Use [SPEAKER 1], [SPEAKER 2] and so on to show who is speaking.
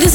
[SPEAKER 1] This